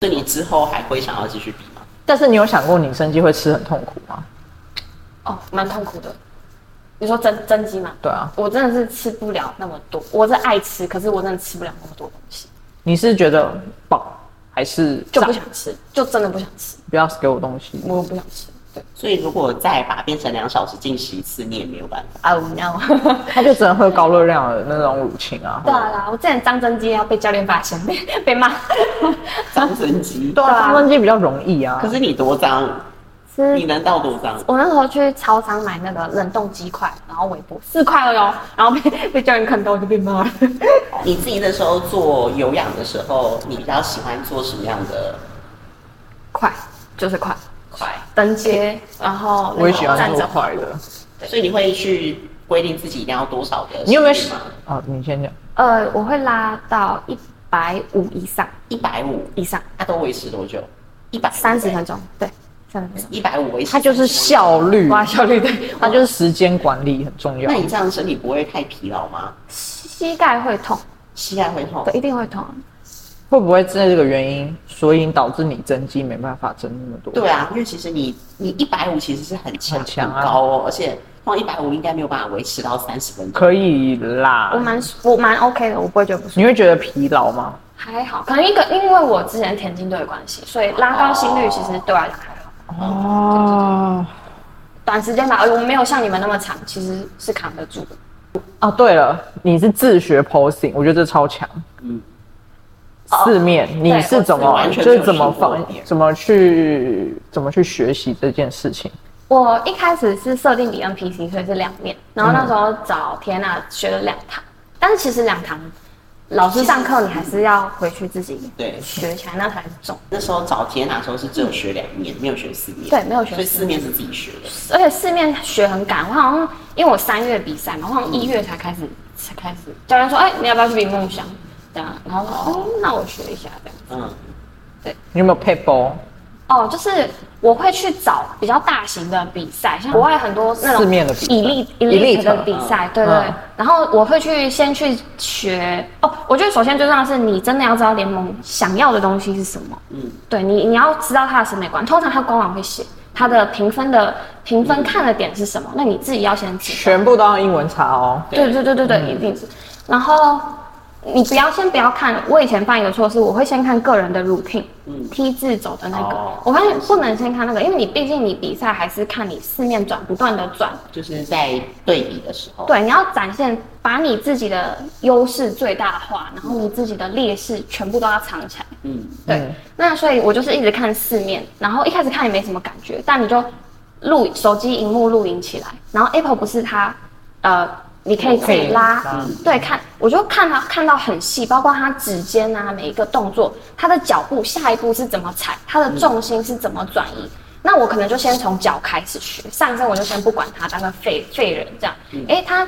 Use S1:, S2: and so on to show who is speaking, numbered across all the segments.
S1: 所以你之后还会想要继续比吗？
S2: 但是你有想过你生鸡会吃很痛苦吗？
S3: 哦，蛮痛苦的。你说增增肌嘛？
S2: 对啊，
S3: 我真的是吃不了那么多，我是爱吃，可是我真的吃不了那么多东西，
S2: 你是觉得饱还是
S3: 就
S2: 胀
S3: 不想吃，就真的不想吃，
S2: 不要给我东西？
S3: 我不想吃。对
S1: 所以如果再把它变成两小时进食一次，你也没有办法。
S3: ，Oh no！
S2: 他就只能喝高热量的那种乳清啊。
S3: 对啊啦，我之前张真肌要被教练发现， 被被骂。
S1: 脏神机，
S2: 对啊，增肌比较容易啊。
S1: 可是你多脏，你
S3: 是
S1: 能到多脏？
S3: 我那时候去超商买那个冷冻鸡块，然后微波四块了哟，然后被被教练看到就被骂了。
S1: 你自己那时候做有氧的时候，你比较喜欢做什么样的
S3: 快就是快，
S1: 快？
S3: 登阶，然后
S2: 我也喜欢
S3: 站
S2: 做
S3: 着
S2: 快的。
S1: 所以你会去规定自己一定要多少的？
S2: 你有没有
S1: 想？
S2: 啊？你先讲。
S3: 呃，我会拉到一百五以上，
S1: 一百五，
S3: 以上
S1: 它都维持多久？一百
S3: 三十分钟，对，三十分钟。
S1: 一百五维持，
S2: 它就是。效率，
S3: 哇，效率对，
S2: 它就是时间管理很重要
S1: 那。你这样身体不会太疲劳吗？
S3: 膝盖会痛，
S1: 膝盖会痛
S3: 对，？一定会痛。
S2: 会不会因为这个原因，所以导致你增肌没办法增那么多？
S1: 对，啊，因为其实你你一百五其实是很强
S2: 很强啊
S1: 很高哦，而且放一百五应该没有办法维持到三十分钟。
S2: 可以啦
S3: 我。蛮我蛮 OK 的，我不会觉得不舒服，
S2: 你会觉得疲劳吗？
S3: 还好。可能一个因为我之前田径队的关系，所以拉高心率其实对我来讲还好。
S2: 哦。
S3: 短时间吧，哎我没有像你们那么长，其实是扛得住的。
S2: 啊，对了，你是自学 posing，我觉得这超强。
S1: 嗯
S2: 四面，你是怎么
S1: 哦我是完全
S2: 就是怎么
S1: 没有
S2: 放
S1: 学过，
S2: 怎么去怎么去学习这件事情？
S3: 我一开始是设定 BNPC，所以是两面，然后那时候找田娜学了两堂，但是其实两堂老师上课，你还是要回去自己
S1: 对，
S3: 学起来，那才是重
S1: 那
S3: 点。
S1: 时候找铁塔的时候是只有学两面，没有学四面。
S3: 对没有学
S1: 所以
S3: 四
S1: 四面是自己学的。
S3: 而且四面学很赶，我好像因为我三月比赛嘛，我好像一月才开始才开始。教练说：“哎、你要不要去比梦想？”这样，然后说：“哦，那我学一下。”这样。
S1: 嗯，
S2: 你有没有 p a p e
S3: 哦，就是我会去找比较大型的比赛，像国外很多那种
S2: 四面的比赛
S3: 以力以力
S2: Elite
S3: 的比赛，对对
S2: 嗯
S3: 然后我会去先去学哦，我觉得首先最重要的是你真的要知道联盟想要的东西是什么，
S1: 嗯
S3: 嗯，对你你要知道它的审美观，通常它官网会写它的评分的评分看的点是什么，那你自己要先知道。
S2: 全部都用英文查哦。
S3: 对对对对对，一定是。然后你不要先不要看，我以前犯一个错是，我会先看个人的 routine，
S1: 嗯
S3: T 字走的那个，
S1: 哦
S3: 我发现不能先看那个，因为你毕竟你比赛还是看你四面转，不断的转，
S1: 就是在对比的时候。
S3: 对，你要展现把你自己的优势最大化，然后你自己的劣势全部都要藏起来。
S1: 嗯，
S3: 对，
S2: 嗯
S3: 那所以我就是一直看四面，然后一开始看也没什么感觉，但你就录手机荧幕录影起来，然后 Apple 不是它，呃，你可以自己拉，
S2: 可以拉
S3: 对，看我就看它看到很细，包括它指尖啊每一个动作，它的脚步下一步是怎么踩，它的重心是怎么转移。那我可能就先从脚开始学，上身我就先不管它，当个废废人这样。诶、它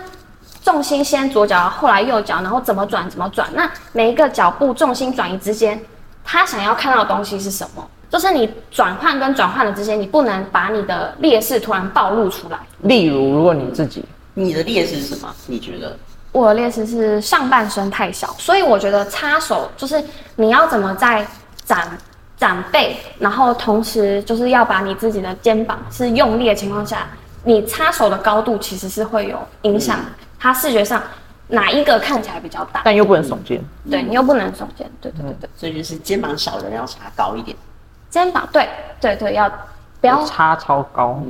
S3: 重心先左脚，后来右脚，然后怎么转怎么转。那每一个脚步重心转移之间，他想要看到的东西是什么？就是你转换跟转换的之间，你不能把你的劣势突然暴露出来。
S2: 例如，如果你自己
S1: 你的劣势是什么？你觉得？
S3: 我的劣势是上半身太小，所以我觉得插手就是你要怎么在展展背，然后同时就是要把你自己的肩膀是用力的情况下，你插手的高度其实是会有影响，它视觉上哪一个看起来比较大？
S2: 但又不能耸肩，
S3: 对
S1: 嗯
S3: 你又不能耸肩，对对对对，
S1: 所以就是肩膀小的人要插高一点。
S3: 肩膀对对对要不要
S2: 差超 高。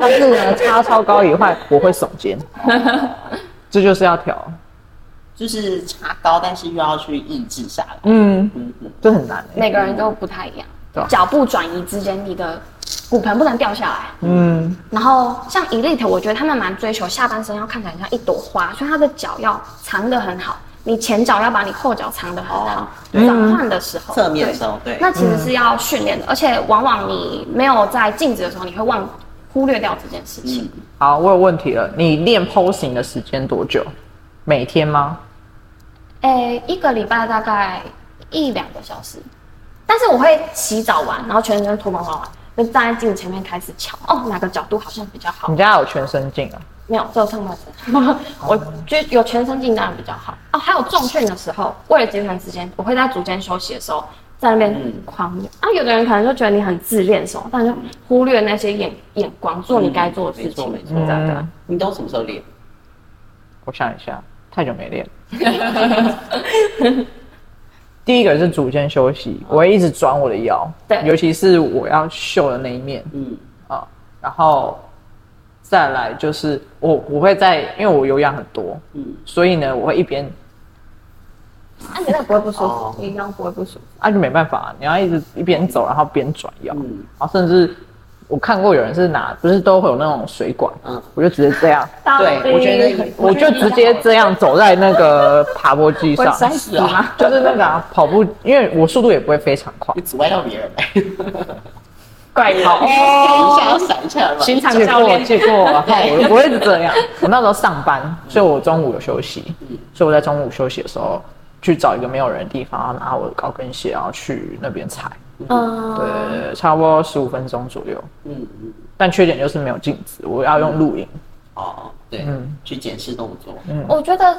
S2: 但是呢，差超高以外，我会耸肩，这就是要调。
S1: 就是插高，但是又要去抑制下来。
S2: 嗯，
S1: 嗯嗯，
S2: 这很难、欸。
S3: 每个人都不太一样
S2: 对啊。
S3: 脚步转移之间，你的骨盆不能掉下来。
S2: 嗯，
S3: 然后像 elite，我觉得他们蛮追求下半身要看起来像一朵花，所以他的脚要藏得很好，你前脚要把你后脚藏得很
S1: 哦
S3: 好。转换的时候，
S1: 侧面的嗯时
S3: 对
S1: 候，对，
S3: 那其实是要训练的，而且往往你没有在静止的时候，你会忘忽略掉这件事情。
S1: 嗯，
S2: 好，我有问题了。你练 posing 的时间多久？每天吗？
S3: 诶，一个礼拜大概一两个小时，但是我会洗澡完，然后全身脱光光完，就站在镜子前面开始瞧，哦，哪个角度好像比较好
S1: 嗯
S2: 你。家有全身镜啊？
S3: 没有，只有上半身。 我觉得有全身镜当然比较好哦。还有重训的时候，为了节省时间，我会在组间休息的时候在那边
S1: 嗯
S3: 狂扭、啊。有的人可能就觉得你很自恋什么，但就忽略那些眼眼光，做你该做的事
S1: 没错
S3: 情
S1: 嗯没。错。
S3: 真的、
S2: 嗯
S1: 你都什么时候练？
S2: 我想一下，太久没练 了。第一个是组间休息，我会一直转我的腰，
S3: 对
S2: 尤其是我要秀的那一面
S1: 嗯，
S2: 啊，然后再来就是我我会在，因为我有氧很多，
S1: 嗯
S2: 所以呢，我会一边
S3: 那你那个不会不舒
S1: 哦
S3: 服，你腰不会不舒服。
S2: 啊就没办法，你要一直一边走，然后边转腰，
S1: 嗯
S2: 然后甚至我看过有人是拿，不是都会有那种水管，
S1: 嗯
S2: 我就直接这样，
S1: 对我觉得你
S2: 我就直接这样走在那个爬坡机
S3: 会
S2: 上，
S3: 摔死
S1: 是
S3: 吗
S1: 啊？
S2: 就是那个、啊、跑步，因为我速度也不会非常快
S1: 你，阻碍到别人呗，
S3: 怪人
S1: 闪
S3: 哦
S1: 一下要闪一下嘛。
S3: 寻常
S2: 结
S3: 教
S2: 果
S3: 练。
S2: 结果 然后我我一直这样。我那时候上班，所以我中午有休息，所以我在中午休息的时候去找一个没有人的地方，然后拿我的高跟鞋，然后去那边踩，
S1: 啊
S3: 嗯，
S2: 呃，差不多十五分钟左右。
S1: 嗯嗯，
S2: 但缺点就是没有镜子，我要用录影。
S1: 哦，对，
S2: 嗯
S1: 去检视动作。
S3: 我觉得，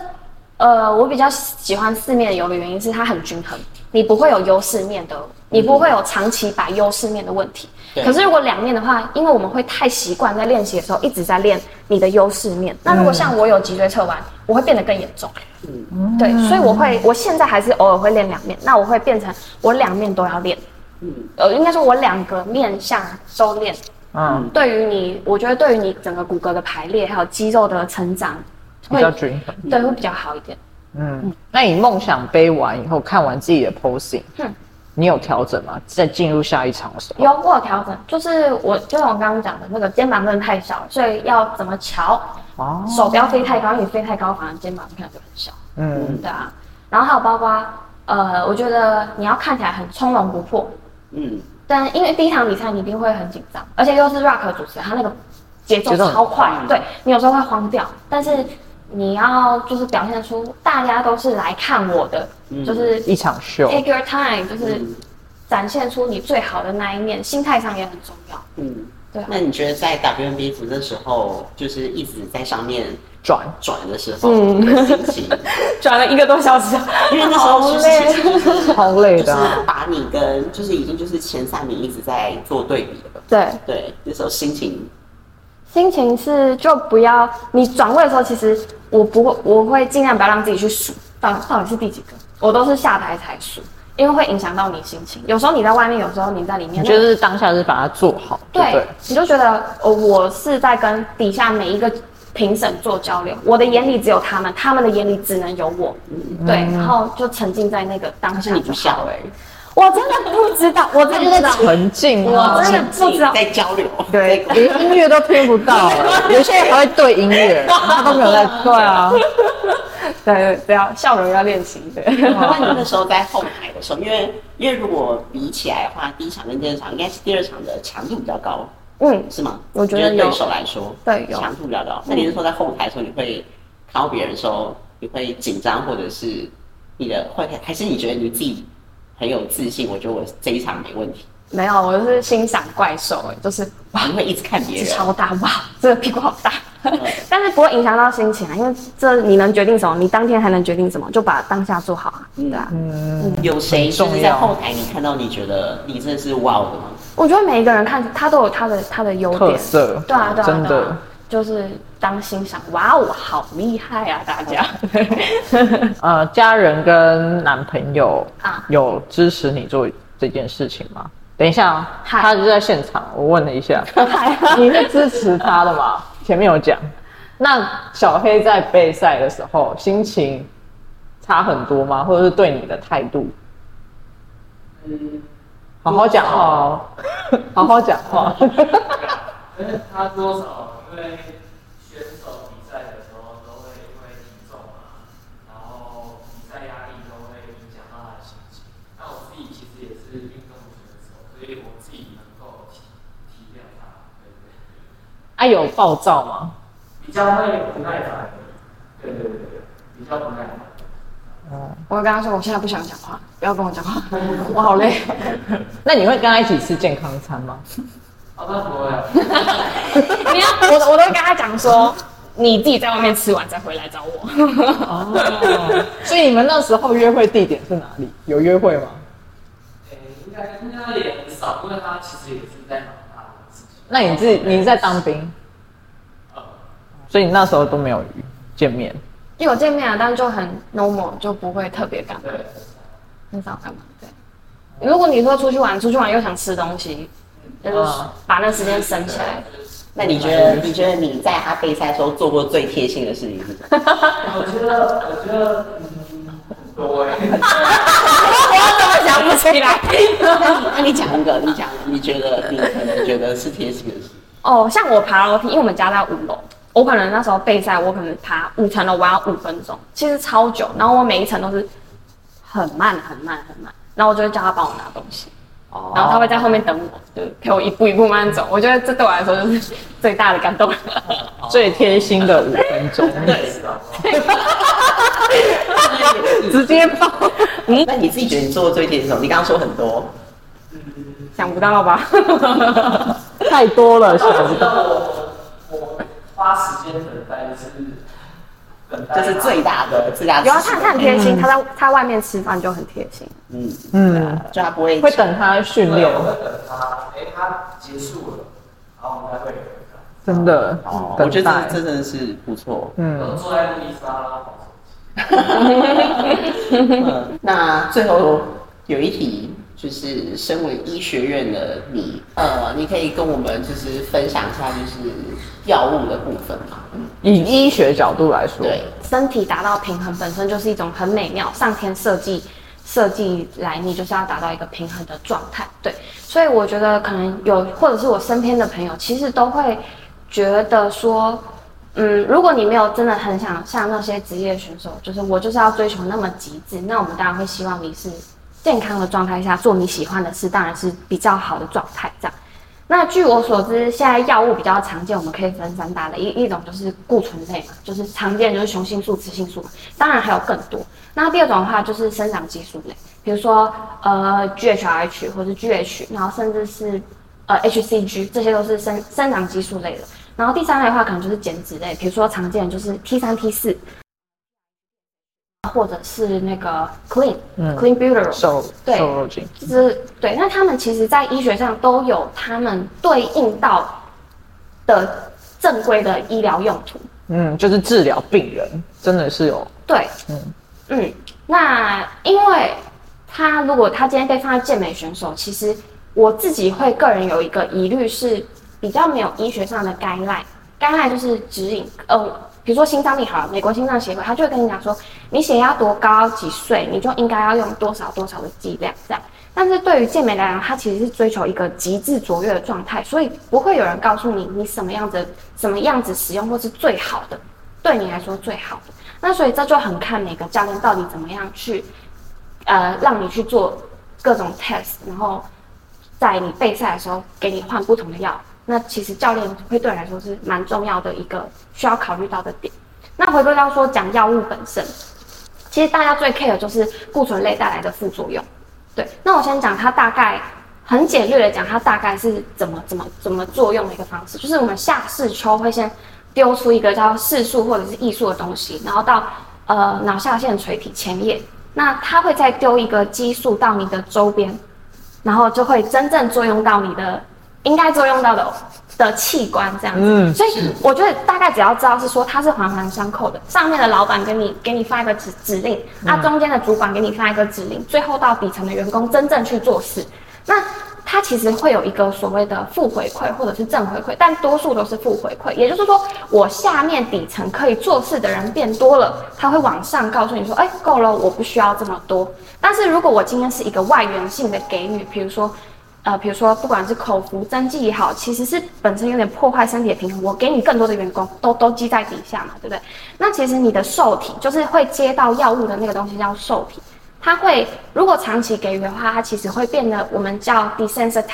S3: 呃，我比较喜欢四面游的原因是它很均衡，你不会有优势面的，你不会有长期摆优势面的问题。
S1: 对
S3: 可是如果两面的话，因为我们会太习惯在练习的时候一直在练你的优势面，那如果像我有脊椎侧弯，我会变得更严重。
S2: 嗯
S3: 对，所以我会，我现在还是偶尔会练两面，那我会变成我两面都要练，
S1: 嗯
S3: 呃，应该说我两个面向都练，
S2: 嗯，
S3: 对于你，我觉得对于你整个骨骼的排列还有肌肉的成长，
S2: 比较均衡。
S3: 对会比较好一点。
S2: 嗯，那你梦想杯完以后，看完自己的 posing，、
S3: 嗯
S2: 你有调整吗？在进入下一场的时候，
S3: 有我有调整，就是我就像我刚刚讲的那个肩膀真的太小了，所以要怎么调？
S2: 哦，
S3: 手不要飞太高，因为你飞太高反而肩膀看起来就很小。
S2: 嗯
S3: 对啊，然后还有包括呃，我觉得你要看起来很从容不迫，
S1: 嗯，
S3: 但因为第一场比赛你一定会很紧张，而且又是 Rock 主持，他那个节奏
S2: 节奏很
S3: 超快
S1: 快，
S3: 对你有时候会慌掉，但是你要就是表现出大家都是来看我的，
S1: 嗯
S3: 就是
S2: 一场秀，
S3: take your time，就是
S1: 嗯
S3: 展现出你最好的那一面，心态上也很重要。
S1: 嗯，
S3: 对啊
S1: 那你觉得在 WNBF 的时候，就是一直在上面
S2: 转
S1: 转的时候，
S3: 嗯
S1: 你的心情，
S3: 转了一个多小时，
S1: 因为那时候其
S3: 好
S1: 实就是
S2: 超累
S1: 就
S2: 的啊、
S1: 是把你跟就是已经就是前三名一直在做对比了。
S3: 对，
S1: 对，那时候心情，
S3: 心情是就不要你转位的时候，其实我不会，我会尽量不要让自己去数到到底是第几个，我都是下台才数，因为会影响到你心情。有时候你在外面，有时候你在里面，
S2: 你就是当下是把它做好，对不
S3: 对
S2: 对？，
S3: 你就觉得哦，我是在跟底下每一个评审做交流，我的眼里只有他们，他们的眼里只能有我，对，然后就沉浸在那个当
S1: 但是
S3: 下
S1: 你
S3: 就
S1: 不
S3: 好。
S1: 笑哎、
S3: 我真的不知道， 我真的不知道。
S2: 沉静啊
S3: 我，真的不知道
S1: 在交流，
S2: 对，连音乐都听不到了，有些人还会对音 乐，他都没 有在对啊，
S3: 对对，不要笑容要练习。对，
S1: 那你那时候在后台的时候，因为因为如果比起来的话，第一场跟第二场应该是第二场的强度比较高，
S3: 嗯，
S1: 是吗？
S3: 我觉得
S1: 就是
S3: 有
S1: 对手来说，
S3: 对有
S1: 强度比较高。那你是说在后台的时候，你会看到别人的时候，你会紧张，或者是你的会，还是你觉得你自己很有自信？我觉得我这一场没问题。
S3: 没有，我就是欣赏怪兽，哎，就是哇，
S1: 你会一直看别
S3: 这
S1: 人，
S3: 超大哇，这个屁股好大，
S2: 嗯
S3: 但是不会影响到心情啊，因为这你能决定什么，你当天还能决定什么，就把当下做好啊，
S2: 嗯
S3: 对啊。
S1: 有谁就
S2: 很重
S1: 是
S2: 要
S1: 在后台你看到你觉得你真的是哇、wow 的吗？
S3: 我觉得每一个人看他都有他的他的优点，
S2: 特色
S3: 对啊对
S2: 嗯
S3: 啊，
S2: 真的
S3: 对啊就是当欣赏，哇哦，好厉害啊，大家，
S2: 呃，家人跟男朋友
S3: 啊
S2: 有支持你做这件事情吗？等一下啊，
S3: 嗨
S2: 他就在现场，我问了一下，
S3: 嗨
S2: 你是支持他的吗？前面有讲，那小黑在备赛的时候心情差很多吗？或者是对你的态度？
S4: 嗯，
S2: 好好讲话哦， 好好讲 哦话。
S4: 可是他多少因为选手比赛的时候都会因为体重啊，然后比赛压力都会影响到他的心情。那我自己其实也是运动选手，所以我自己能够体体谅他，对对对，
S2: 啊，有暴躁吗？
S4: 比较会不耐烦，对对对对，比较不耐烦。
S3: 我跟他说我现在不想讲话，不要跟我讲话，
S2: 嗯
S3: 我好 累。
S2: 那你会跟他一起吃健康餐吗？
S4: 哦，那不会啊，
S3: 你要我我都会跟他讲说，你自己在外面吃完再回来找我。哦
S2: 哦，所以你们那时候约会地点是哪里？有约会吗？
S4: 诶、该应该也很少，因为他其实也是在忙他的事情。
S2: 那你自己你在当兵，
S4: 呃，
S2: 所以你那时候都没有见面。
S3: 因为我见面啊，但就很 normal，就不会特别干嘛，
S4: 对，
S3: 很少干嘛。对，如果你说出去玩，出去玩又想吃东西，那就是
S2: 嗯
S3: 把那时间省起来。
S1: 那你觉得你觉得你在阿贝赛的时候做过最贴心的事情是什么？
S4: 我觉得，我觉得，嗯，多哎。
S3: 我怎么想不起来？
S1: 那啊你讲一个，你讲，你觉得你可能觉得是贴心的事？
S3: 哦，像我爬楼梯，因为我们家在五楼，我可能那时候备赛，我可能爬五层楼，我要五分钟，其实超久。然后我每一层都是很慢、很慢、很慢，然后我就会叫他帮我拿东西，
S1: 哦
S3: 然后他会在后面等我，就是陪我一步一步慢慢走。我觉得这对我来说就是最大的感 动。
S2: 最贴心的五分钟，
S4: 哦
S2: 直接爆。
S1: 那你自己觉得你做过最贴心什么？你刚刚说很 多，
S3: 想不到吧？
S2: 太多了，想
S4: 那 我
S2: 不
S4: 觉
S2: 到。
S4: 得我我花时间等待就是等待
S1: 这
S4: 他，
S1: 是最大的最大的。
S3: 有啊，他他很贴心，他在他外面吃饭就很贴心。
S1: 嗯，
S2: 嗯，
S1: 就他不会
S2: 会等他
S4: 对啊
S2: 训
S4: 我
S2: 练，
S4: 会等他，哎，他结束了，然后我们再会聊一下。
S2: 真的
S1: 哦，，我
S2: 等
S1: 觉得
S2: 待
S1: 这。这真的是不错。
S4: 我
S2: 嗯，
S4: 坐在路易莎拉滑手机，
S1: 嗯，那最后有一题，就是身为医学院的你，呃，你可以跟我们就是分享一下就是药物的部分嘛？
S2: 以医学角度来说，
S1: 对，
S3: 身体达到平衡本身就是一种很美妙，上天设计设计来，你就是要达到一个平衡的状态。对，所以我觉得可能有，或者是我身边的朋友，其实都会觉得说，嗯，如果你没有真的很想像那些职业选手，就是我就是要追求那么极致，那我们当然会希望你是健康的状态下做你喜欢的事，当然是比较好的状态这样。那据我所知，现在药物比较常见，我们可以分三大类，一一种就是固醇类嘛，就是常见就是雄性素、雌性素嘛，当然还有更多。那第二种的话就是生长激素类，比如说呃 GHRH 或是 GH，然后甚至是呃 HCG，这些都是生生长激素类的。然后第三类的话可能就是减脂类，比如说常见的就是 T 三 T 四，或者是那个 Clean、
S2: 嗯
S3: Clean Buterol
S2: 瘦
S3: 对
S2: 瘦肉精，
S3: 就是对，那他们其实，在医学上都有他们对应到的正规的医疗用途。
S2: 嗯，就是治疗病人，真的是有，
S3: 对，
S2: 嗯
S3: 嗯，那因为他如果他今天被放在健美选手，其实我自己会个人有一个疑虑是比较没有医学上的 guideline，guideline 就是指引，呃，比如说心脏病好了，美国心脏协会他就会跟你讲说，你血压多高几岁，你就应该要用多少多少的剂量这样。但是对于健美来讲，它其实是追求一个极致卓越的状态，所以不会有人告诉你你什么样子、什么样子使用或是最好的，对你来说最好的。那所以这就很看每个教练到底怎么样去，呃，让你去做各种 test，然后在你备赛的时候给你换不同的药。那其实教练会对你来说是蛮重要的一个需要考虑到的点。那回归到说讲药物本身，其实大家最 care 就是固醇类带来的副作用。对，那我先讲它大概很简略的讲，它大概是怎么怎么怎么作用的一个方式，就是我们下视丘会先丢出一个叫视素或者是艺术的东西，然后到呃脑下腺垂体前叶，那它会再丢一个激素到你的周边，然后就会真正作用到你的应该作用到的的器官这样子。
S2: 嗯
S3: 所以我觉得大概只要知道是说它是环环相扣的，上面的老板给你给你发一个指指令，那、中间的主管给你发一个指令，最后到底层的员工真正去做事，那。它其实会有一个所谓的负回馈或者是正回馈，但多数都是负回馈。也就是说，我下面底层可以做事的人变多了，他会往上告诉你说：“哎，够了，我不需要这么多。”但是如果我今天是一个外源性的给予，比如说呃，比如说不管是口服针剂也好，其实是本身有点破坏身体的平衡。我给你更多的员工，都都积在底下嘛，对不对？那其实你的受体就是会接到药物的那个东西叫受体，它会如果长期给予的话，它其实会变得我们叫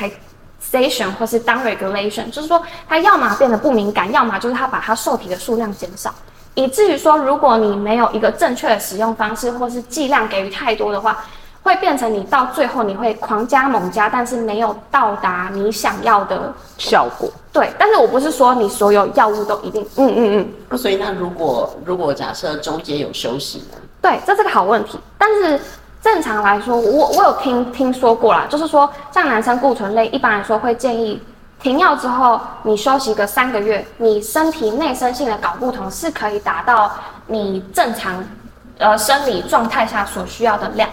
S3: desensitization 或是 down regulation，就是说它要么变得不敏感，要么就是它把它受体的数量减少。以至于说，如果你没有一个正确的使用方式，或是剂量给予太多的话，会变成你到最后你会狂加猛加，但是没有到达你想要的。
S2: 效果。
S3: 对，但是我不是说你所有药物都一定，嗯嗯嗯，
S1: 那所以那如果如果假设中间有休息呢？
S3: 对，这是个好问题。但是正常来说，我我有听听说过啦，就是说像男生固醇类，一般来说会建议停药之后，你休息个三个月，你身体内生性的睾固酮是可以达到你正常呃生理状态下所需要的量。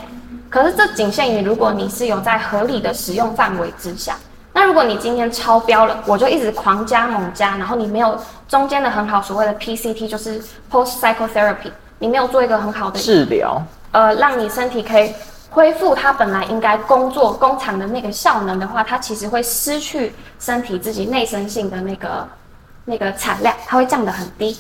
S3: 可是这仅限于如果你是有在合理的使用范围之下。那如果你今天超标了，我就一直狂加猛加，然后你没有中间的很好所谓的 PCT，就是 post psychotherapy，你没有做一个很好的
S2: 治疗，
S3: 呃，让你身体可以恢复它本来应该工作工厂的那个效能的话，它其实会失去身体自己内生性的那个那个产量，它会降得很低。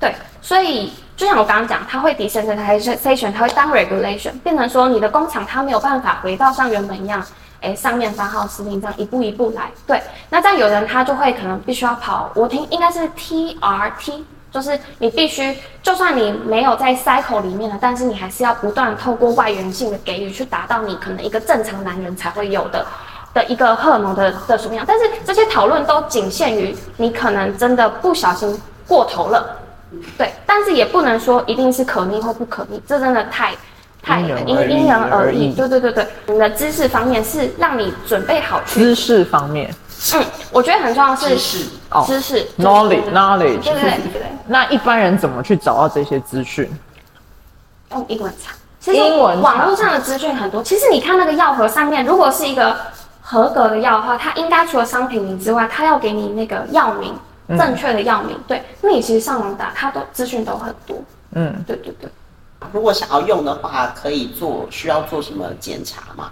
S3: 对，所以就像我刚刚讲，它会 desensitization，它会 down regulation，变成说你的工厂它没有办法回到像原本一样，哎，上面发号施令这样一步一步来。对，那这样有人他就会可能必须要跑，我听应该是 TRT，就是你必须，就算你没有在 cycle 里面了，但是你还是要不断透过外源性的给予去达到你可能一个正常男人才会有的的一个荷尔蒙的的数量。但是这些讨论都仅限于你可能真的不小心过头了。对，但是也不能说一定是可逆或不可逆，这真的太太
S2: 因人
S3: 因
S2: 而异
S3: 因人而
S2: 因人而
S3: 异。
S2: 异
S3: 对对对对，你的知识方面是让你准备好去，
S2: 知识方面
S3: 嗯，我觉得很重要是
S1: 知识
S2: 哦
S3: 知识
S2: ，knowledge
S3: 对对
S2: knowledge，
S3: 对对对，
S2: 那一般人怎么去找到这些资讯？
S3: 用哦英文查。其实
S2: 英文查
S3: 网络上的资讯很多，其实你看那个药盒上面，如果是一个合格的药的话，它应该除了商品名之外，它要给你那个药名，
S2: 嗯
S3: 正确的药名。对，那你其实上网打，它都资讯都很多。
S2: 嗯，
S3: 对对对。
S1: 如果想要用的话，可以做需要做什么检查吗？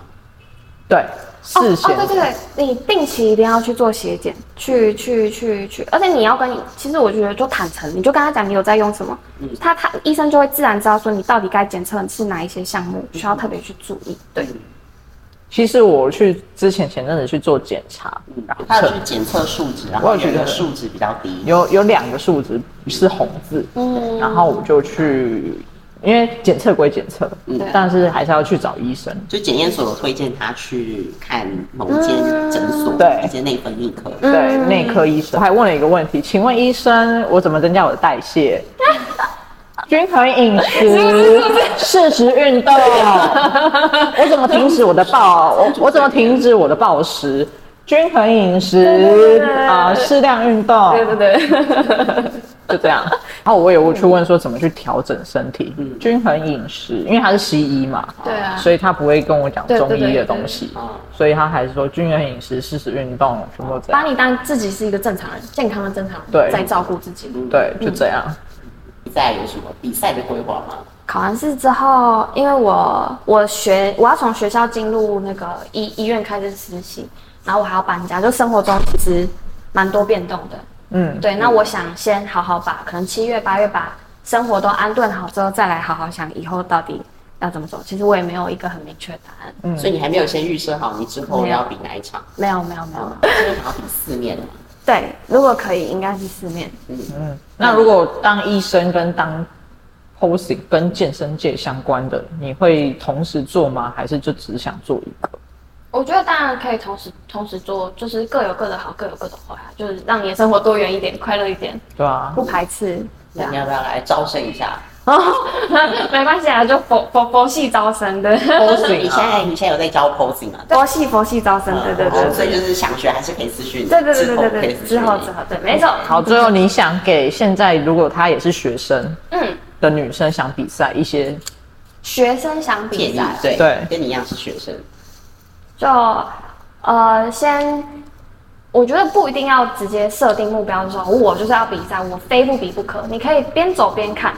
S2: 对，
S3: 哦
S2: 事
S3: 哦，
S2: 先
S3: 对对对，你定期一定要去做血检，去去去去，而且你要跟你，其实我觉得就坦诚，你就跟他讲你有在用什么，他他医生就会自然知道说你到底该检测是哪一些项目需要特别去注意。对，
S2: 其实我去之前前阵子去做检查，然后
S1: 他有
S2: 测
S1: 去检测数值，然
S2: 我
S1: 后
S2: 也觉
S1: 有
S2: 得
S1: 的数值比较低，
S2: 有有两个数值是红字，
S3: 嗯
S2: 然后我就去，因为检测归检测，
S3: 对
S2: 但是还是要去找医生。
S1: 就检验所有推荐他去看某一间诊所，
S2: 对
S1: 一些内分泌科。
S2: 对，
S3: 嗯
S2: 内科医生还问了一个问题，请问医生，我怎么增加我的代 谢？均衡饮食，适时运 动，我怎么停止我的暴？我我怎么停止我的暴食？均衡饮食啊，适量运动，
S3: 对对，
S2: 就这样。然后我也我去问说怎么去调整身体，均衡饮食，因为他是西医嘛，
S3: 对嗯啊
S2: 所以他不会跟我讲
S3: 对对
S2: 中医
S3: 对
S2: 的
S3: 对
S2: 东西
S1: 啊，
S2: 所以他还是说均衡饮食、适时运动，全部都这
S3: 把
S2: 样。
S3: 你当自己是一个正常人，健康的正常人，
S2: 对
S3: 在照顾自己。
S2: 对，就这样。
S1: 比赛有什么比赛的规划吗？
S3: 考完试之后，因为我我学我要从学校进入那个医医院开始实习，然后我还要搬家，就生活中其实蛮多变动的。
S2: 嗯，
S3: 对，那我想先好好把可能七月八月把生活都安顿好之后，再来好好想以后到底要怎么走。其实我也没有一个很明确的答案。
S1: 所以你还没有先预设好你之后
S3: 没有
S1: 要比哪一场，
S3: 没有，没有，没有。
S1: 就是想要比四面的嘛。
S3: 对，如果可以，应该是四面。
S2: 那如果当医生跟当 posing 跟健身界相关的，你会同时做吗？还是就只想做一个？
S3: 我觉得当然可以同时同时做，就是各有各的好，各有各的坏啊，就是让你的生活多元一点，快乐一点，
S2: 对啊，
S3: 不排斥。
S1: 那
S3: 对啊
S1: 你，要不要来招生一下？
S3: 没关系啊，就佛佛佛系招生的，
S1: 所以你现在你现在有在教 posing 吗？
S3: 佛系佛系招生，啊对对对
S1: 哦所以就
S3: 对。
S1: 是想学还是可以私讯，
S3: 对对对
S1: 之
S3: 对
S1: 后
S3: 对
S1: 可以
S3: 对，
S1: 私
S3: 之
S1: 讯
S3: 后
S1: 你
S3: 之后对，没错。
S2: 好，最后你想给现在如果她也是学生
S3: 嗯，
S2: 的女生想比赛一些，
S3: 学生想
S1: 建
S3: 比
S1: 议
S3: 赛，
S1: 对
S2: 对
S1: 跟你一样是学生，
S3: 就呃，先我觉得不一定要直接设定目标，说我就是要比赛，我非不比不可。你可以边走边看，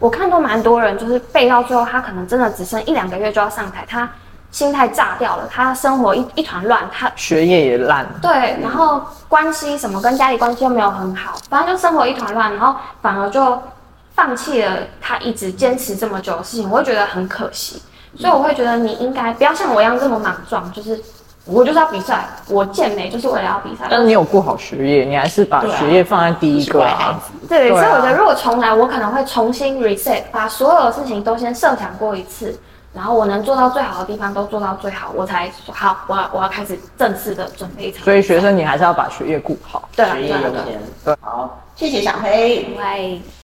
S3: 我看都蛮多人，就是背到最后，他可能真的只剩一两个月就要上台，他心态炸掉了，他生活一一团乱，他
S2: 学业也烂，
S3: 对，然后关系什么跟家里关系又没有很好，反正就生活一团乱，然后反而就放弃了他一直坚持这么久的事情，我会觉得很可惜。所以我会觉得你应该不要像我一样这么莽撞，就是我就是要比赛，我健美就是为了要比赛。
S2: 但是你有顾好学业，你还是把
S1: 对啊
S2: 学业放在第一个
S1: 乖孩
S2: 啊。
S1: 子
S3: 对，
S2: 对啊
S3: 所以我觉得如果重来，我可能会重新 reset，把所有的事情都先设想过一次，然后我能做到最好的地方都做到最好，我才说好，我要我要开始正式的准备一场比赛。
S2: 所以学生你还是要把学业顾好。
S3: 对啊
S1: 学
S3: 对
S1: 业
S3: 啊
S1: 优
S3: 对啊
S1: 先。好，谢谢小黑。
S3: 对。